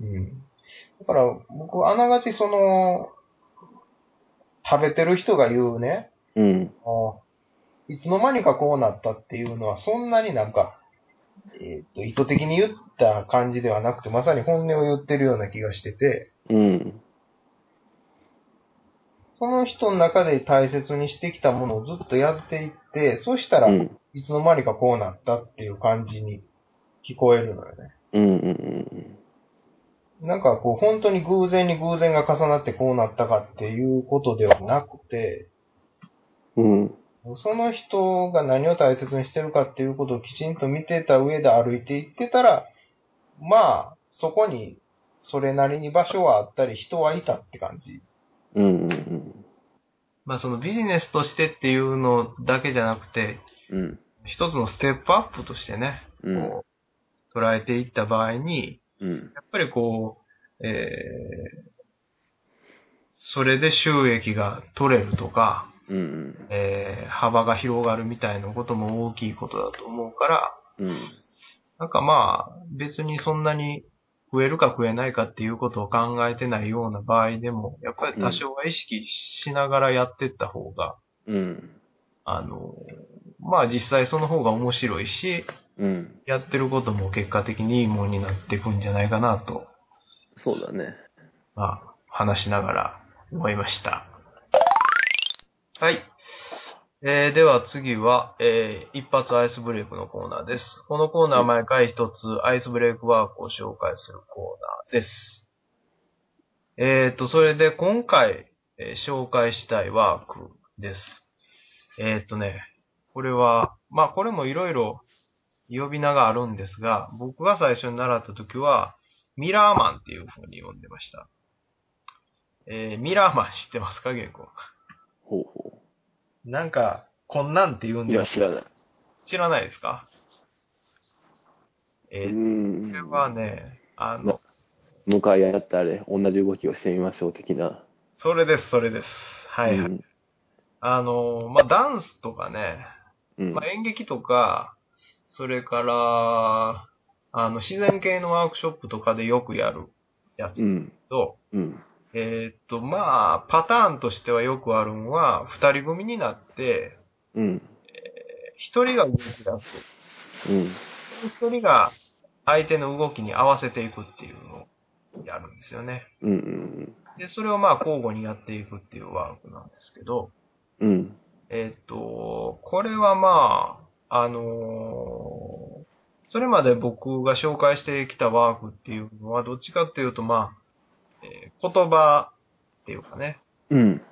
Speaker 1: うん。だから、僕、あながちその、食べてる人が言うね、
Speaker 2: うん。
Speaker 1: あのいつの間にかこうなったっていうのは、そんなになんか、えっ、と、意図的に言った感じではなくて、まさに本音を言ってるような気がしてて、
Speaker 2: うん。
Speaker 1: その人の中で大切にしてきたものをずっとやっていって、そしたら
Speaker 2: う、ん。
Speaker 1: いつの間にかこうなったっていう感じに聞こえるのよね。
Speaker 2: うん。うん。
Speaker 1: なんかこう、本当に偶然に偶然が重なってこうなったかっていうことではなくて、
Speaker 2: うん。
Speaker 1: その人が何を大切にしてるかっていうことをきちんと見てた上で歩いていってたら、まあ、そこにそれなりに場所はあったり人はいたって感じ。
Speaker 2: うん。うん。
Speaker 1: まあそのビジネスとしてっていうのだけじゃなくて、
Speaker 2: うん。
Speaker 1: 一つのステップアップとしてね、
Speaker 2: うん。
Speaker 1: こう捉えていった場合に、
Speaker 2: うん。
Speaker 1: やっぱりこう、えー、それで収益が取れるとか、
Speaker 2: うん。
Speaker 1: えー、幅が広がるみたいなことも大きいことだと思うから、
Speaker 2: うん。
Speaker 1: なんかまあ、別にそんなに食えるか食えないかっていうことを考えてないような場合でも、やっぱり多少は意識しながらやってった方が、
Speaker 2: うん。
Speaker 1: あの、まあ実際その方が面白いし、
Speaker 2: うん。
Speaker 1: やってることも結果的にいいもんになっていくんじゃないかなと、
Speaker 2: そうだね。
Speaker 1: まあ、話しながら思いました。はい。えーでは次は、えー一発アイスブレイクのコーナーです。このコーナーは毎回一つアイスブレイクワークを紹介するコーナーです。えっ、と、それで今回、えー紹介したいワークです。えっ、とね、これは、まあこれもいろいろ呼び名があるんですが、僕が最初に習った時は、ミラーマンっていう風に呼んでました。えーミラーマン知ってますか、ゲンコ
Speaker 2: ほうほ
Speaker 1: なんか、こんなんって言うん
Speaker 2: う。い
Speaker 1: で
Speaker 2: や、
Speaker 1: す
Speaker 2: 知らない。
Speaker 1: 知らないですかえ
Speaker 2: う
Speaker 1: ー、
Speaker 2: ん
Speaker 1: これ。はね、あの、
Speaker 2: 向かい合ってあれ、同じ動きをしてみましょう的な。
Speaker 1: それです、それです。はい、はい。
Speaker 2: うん
Speaker 1: あの、まあ、ダンスとかね、
Speaker 2: うん
Speaker 1: まあ、演劇とか、それから、あの、自然系のワークショップとかでよくやるやつ
Speaker 2: うん。
Speaker 1: と、
Speaker 2: うん。
Speaker 1: えーっと、まあ、パターンとしてはよくあるんは、二人組になって、
Speaker 2: うん。
Speaker 1: 一人が動き出す。
Speaker 2: うん。
Speaker 1: 一人が相手の動きに合わせていくっていうのをやるんですよね。
Speaker 2: うん。
Speaker 1: で、それをまあ交互にやっていくっていうワークなんですけど、
Speaker 2: うん。
Speaker 1: えっ、と、これはまあ、あのーそれまで僕が紹介してきたワークっていうのは、どっちかっていうとまあ、えー言葉っていうかね、
Speaker 2: うん。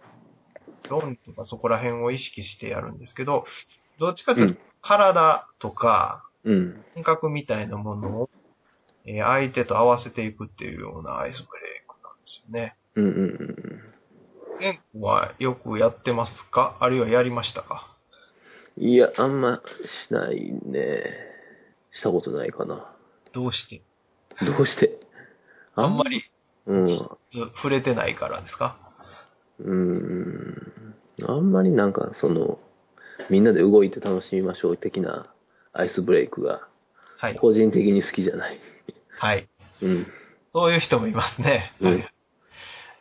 Speaker 1: 論理とかそこら辺を意識してやるんですけど、どっちかっていうと体とか
Speaker 2: うん。
Speaker 1: 感覚みたいなものを、えー相手と合わせていくっていうようなアイスブレイクなんですよね。
Speaker 2: うん。うん。
Speaker 1: 健康はよくやってますかあるいはやりましたか
Speaker 2: いや、あんましないね。したことないかな。
Speaker 1: どうして
Speaker 2: どうして
Speaker 1: あんま。り
Speaker 2: うん。
Speaker 1: 触れてないからですか
Speaker 2: うん。あんまりなんか、その、みんなで動いて楽しみましょう的なアイスブレイクが、
Speaker 1: はい。
Speaker 2: 個人的に好きじゃない。
Speaker 1: はい。
Speaker 2: うん。
Speaker 1: そういう人もいますね。
Speaker 2: うん
Speaker 1: はい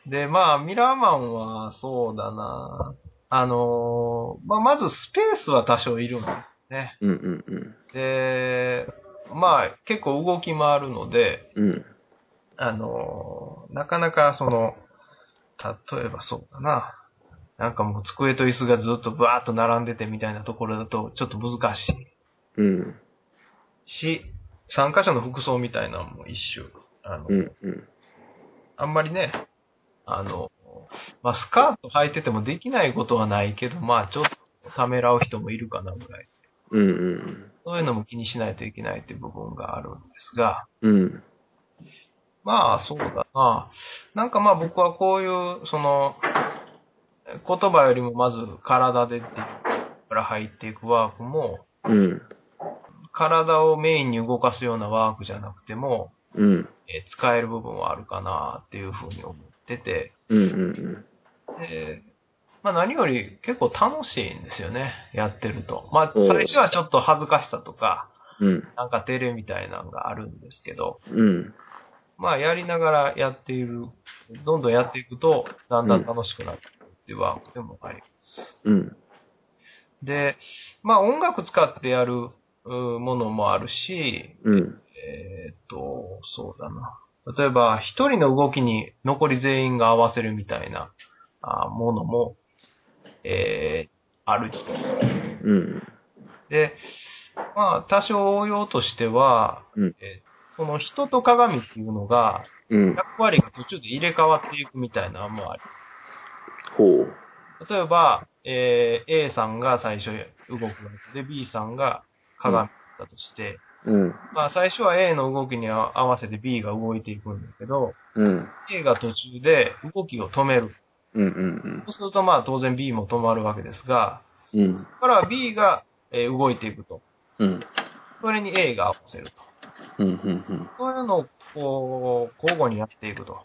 Speaker 1: で、まあ、ミラーマンは、そうだなあのーまあ、まずスペースは多少いるんですよね。
Speaker 2: うんうんうん。
Speaker 1: で、まあ、結構動き回るので、
Speaker 2: うん。
Speaker 1: あのーなかなかその、例えばそうだな。なんかもう机と椅子がずっとバーッと並んでてみたいなところだとちょっと難し
Speaker 2: うん。
Speaker 1: いし、参加者の服装みたいなのも一緒。あの、
Speaker 2: うん。うん。
Speaker 1: あんまりね、あの、まあ、スカート履いててもできないことはないけど、まあちょっとためらう人もいるかなぐらい。
Speaker 2: うんうん。
Speaker 1: そういうのも気にしないといけないという部分があるんですが、
Speaker 2: うん。
Speaker 1: まあそうだな。なんかまあ僕はこういう、その、言葉よりもまず体でっていうところから入っていくワークも、
Speaker 2: うん。
Speaker 1: 体をメインに動かすようなワークじゃなくても、
Speaker 2: うん。
Speaker 1: えー使える部分はあるかなっていうふうに思ってて、
Speaker 2: うん。うん。
Speaker 1: でまあ何より結構楽しいんですよね、やってると。まあ
Speaker 2: うん
Speaker 1: 最初はちょっと恥ずかしさとか、
Speaker 2: うん。
Speaker 1: なんか照れみたいなのがあるんですけど、
Speaker 2: うん。
Speaker 1: まあ、やりながらやっている、どんどんやっていくと、だんだん楽しくなってくるっていうワークでもあります。
Speaker 2: うん。
Speaker 1: で、まあ、音楽使ってやるうものもあるし、
Speaker 2: うん。
Speaker 1: えーっと、そうだな。例えば、一人の動きに残り全員が合わせるみたいなあものも、えーある。
Speaker 2: うん。
Speaker 1: で、まあ、多少応用としては、
Speaker 2: うん
Speaker 1: えーその人と鏡っていうのが、
Speaker 2: うん。
Speaker 1: 役割が途中で入れ替わっていくみたいなのもあり。
Speaker 2: ほう。
Speaker 1: 例えば、えー A さんが最初動くわけで、B さんが鏡だとして、
Speaker 2: うん。
Speaker 1: まあ最初は A の動きに合わせて B が動いていくんだけど、
Speaker 2: うん。
Speaker 1: A が途中で動きを止める。
Speaker 2: うん。うん。
Speaker 1: そうするとまあ当然 B も止まるわけですが、
Speaker 2: うん。
Speaker 1: ここからは B がえー動いていくと。
Speaker 2: うん。
Speaker 1: それに A が合わせると。
Speaker 2: うん。うん。
Speaker 1: そういうのをこう交互にやっていくと。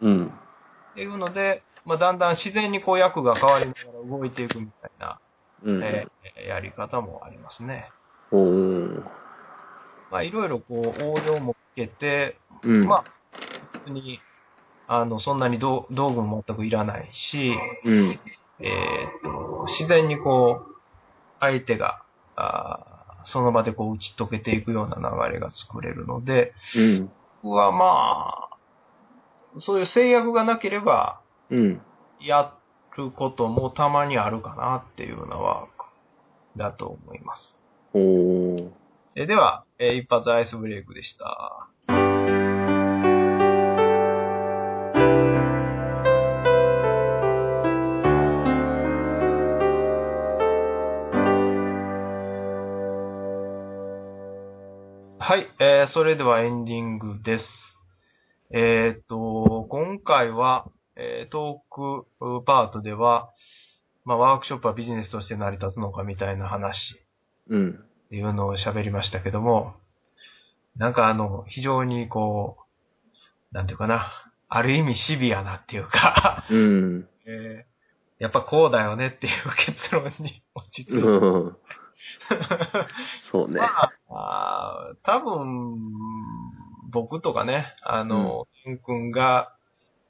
Speaker 2: うん。
Speaker 1: っていうので、まあだんだん自然にこう役が変わりながら動いていくみたいな
Speaker 2: うん。
Speaker 1: えーやり方もありますね。
Speaker 2: ほう。
Speaker 1: まあ、いろいろこう応用も受けて、
Speaker 2: うん。
Speaker 1: まあ、別に、あの、そんなに道道具も全くいらないし、
Speaker 2: うん。
Speaker 1: えーっと、自然にこう、相手が、あーその場でこう打ち解けていくような流れが作れるので、
Speaker 2: うん。
Speaker 1: 僕はまあ、そういう制約がなければ、
Speaker 2: うん。
Speaker 1: やることもたまにあるかなっていうようなワークだと思います。
Speaker 2: ほう。
Speaker 1: えーでは、えー一発アイスブレイクでした。はい、えーそれではエンディングです。えーっと、今回は、えートークうパートでは、まあ、ワークショップはビジネスとして成り立つのかみたいな話
Speaker 2: うん。
Speaker 1: っていうのを喋りましたけども、なんかあの、非常にこう、なんていうかな、ある意味シビアなっていうか、
Speaker 2: うん。
Speaker 1: えーやっぱこうだよねっていう結論に 落ち着いて、
Speaker 2: うん。そうね。
Speaker 1: あー多分、僕とかね、あの、ケン君が、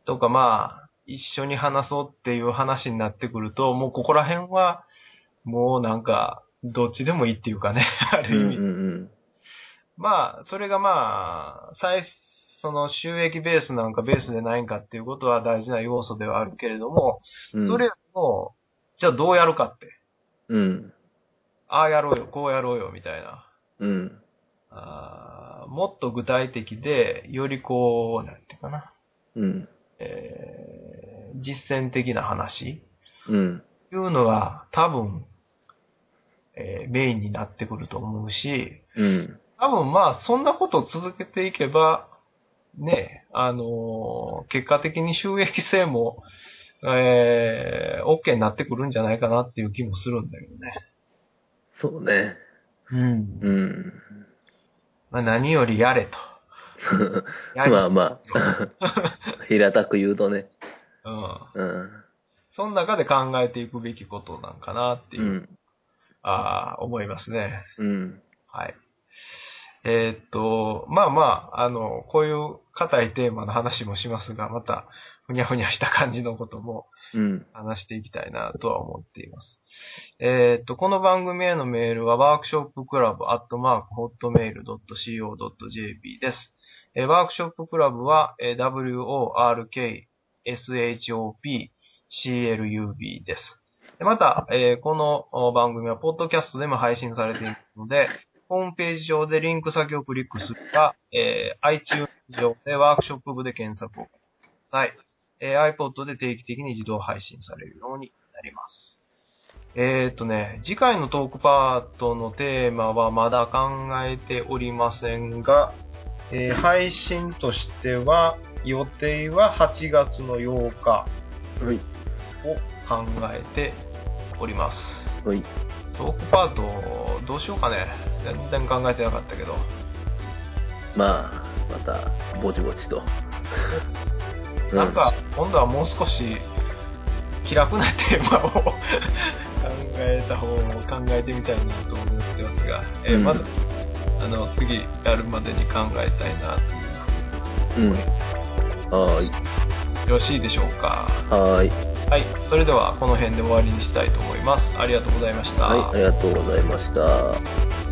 Speaker 1: とかまあ、一緒に話そうっていう話になってくると、もうここら辺は、もうなんか、どっちでもいいっていうかね、 あ
Speaker 2: う
Speaker 1: る意
Speaker 2: ん
Speaker 1: 味、
Speaker 2: うん
Speaker 1: まあ、それがまあ、最、その収益ベースなんかベースでないんかっていうことは大事な要素ではあるけれども、
Speaker 2: うん。
Speaker 1: それよりも、じゃあどうやるかって、
Speaker 2: うん。
Speaker 1: ああやろうよ、こうやろうよ、みたいな。
Speaker 2: うん。
Speaker 1: あーもっと具体的で、よりこう、なんていうかな、
Speaker 2: うん。
Speaker 1: えー実践的な話
Speaker 2: うん。
Speaker 1: いうのが多分、えーメインになってくると思うし、
Speaker 2: うん。
Speaker 1: 多分まあ、そんなことを続けていけば、ね、あのー結果的に収益性も、えー、OK になってくるんじゃないかなっていう気もするんだけどね。
Speaker 2: そうね。
Speaker 1: うん
Speaker 2: うん。
Speaker 1: まあ、何よりやれと。やり
Speaker 2: まあまあ。平たく言うとね。
Speaker 1: うん。
Speaker 2: うん。
Speaker 1: その中で考えていくべきことなんかなっていうう、
Speaker 2: ん。
Speaker 1: ああ、思いますね。
Speaker 2: うん。
Speaker 1: はい。えーっと、まあまあ、あの、こういう硬いテーマの話もしますが、また、ふにゃふにゃした感じのことも、
Speaker 2: うん。
Speaker 1: 話していきたいなとは思っています。えーっと、この番組へのメールはワークショップクラブアットマークホットメール .co.jp です。えーワークショップクラブは、えー workshopclub です。でまた、えーこのお番組はポッドキャストでも配信されていますので、ホームページ上でリンク先をクリックするか、えー iTunes 上でワークショップ部で検索をください。えー iPod で定期的に自動配信されるようになります。えーっとね、次回のトークパートのテーマはまだ考えておりませんが、えー配信としては、予定は8月の8日
Speaker 2: はい。
Speaker 1: を考えております。
Speaker 2: はい。
Speaker 1: トークパート、どうしようかね。全然考えてなかったけど。
Speaker 2: まあ、また、ぼちぼちと。
Speaker 1: なんか、今度はもう少し、気楽なテーマを 考えた方を考えてみたいなと思ってますが、えー
Speaker 2: うん
Speaker 1: まだ、あの、次やるまでに考えたいなというふうに
Speaker 2: うん、うん。はー
Speaker 1: よ
Speaker 2: い。
Speaker 1: ろしいでしょうか。
Speaker 2: はーい。
Speaker 1: はい。それでは、この辺で終わりにしたいと思います。ありがとうございました。
Speaker 2: はい、ありがとうございました。